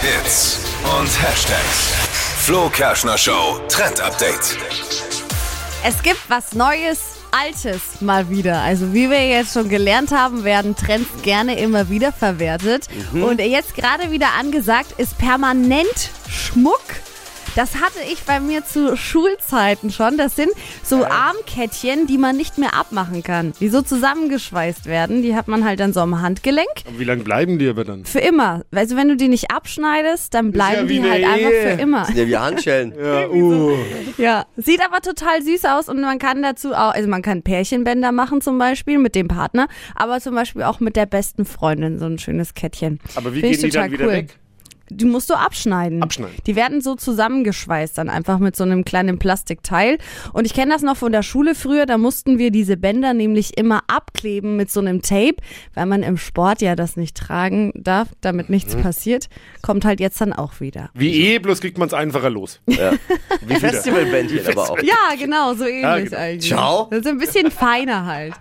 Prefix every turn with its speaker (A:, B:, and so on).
A: Hits und Hashtags. Flo Kerschner Show Trend Update.
B: Es gibt was Neues, Altes mal wieder. Also wie wir jetzt schon gelernt haben, werden Trends gerne immer wieder verwertet. Und jetzt gerade wieder angesagt ist permanent Schmuck. Das hatte ich bei mir zu Schulzeiten schon. Das sind so Armkettchen, die man nicht mehr abmachen kann. Die so zusammengeschweißt werden. Die hat man halt an so am Handgelenk.
C: Wie lange bleiben die aber dann?
B: Für immer. Also wenn du die nicht abschneidest, dann bleiben
C: wie
B: die
C: eine
B: halt
C: Ehe.
B: einfach für immer.
D: Ja, wie Handschellen.
C: Ja, uh.
B: Ja, sieht aber total süß aus und man kann dazu auch, also man kann Pärchenbänder machen zum Beispiel mit dem Partner, aber zum Beispiel auch mit der besten Freundin so ein schönes Kettchen.
C: Aber wie
B: Find ich
C: gehen die dann
B: total
C: wieder
B: cool.
C: weg?
B: Die musst du abschneiden.
C: Abschneiden.
B: Die werden so zusammengeschweißt dann einfach mit so einem kleinen Plastikteil. Und ich kenne das noch von der Schule früher, da mussten wir diese Bänder nämlich immer abkleben mit so einem Tape, weil man im Sport ja das nicht tragen darf, damit nichts passiert. Kommt halt jetzt dann auch wieder.
C: Wie eh, bloß kriegt man es einfacher los.
D: Ja. Wie Festivalbändchen aber auch.
B: Ja, genau, so ähnlich
C: genau.
B: eigentlich.
D: Ciao.
B: Das ist ein bisschen feiner halt.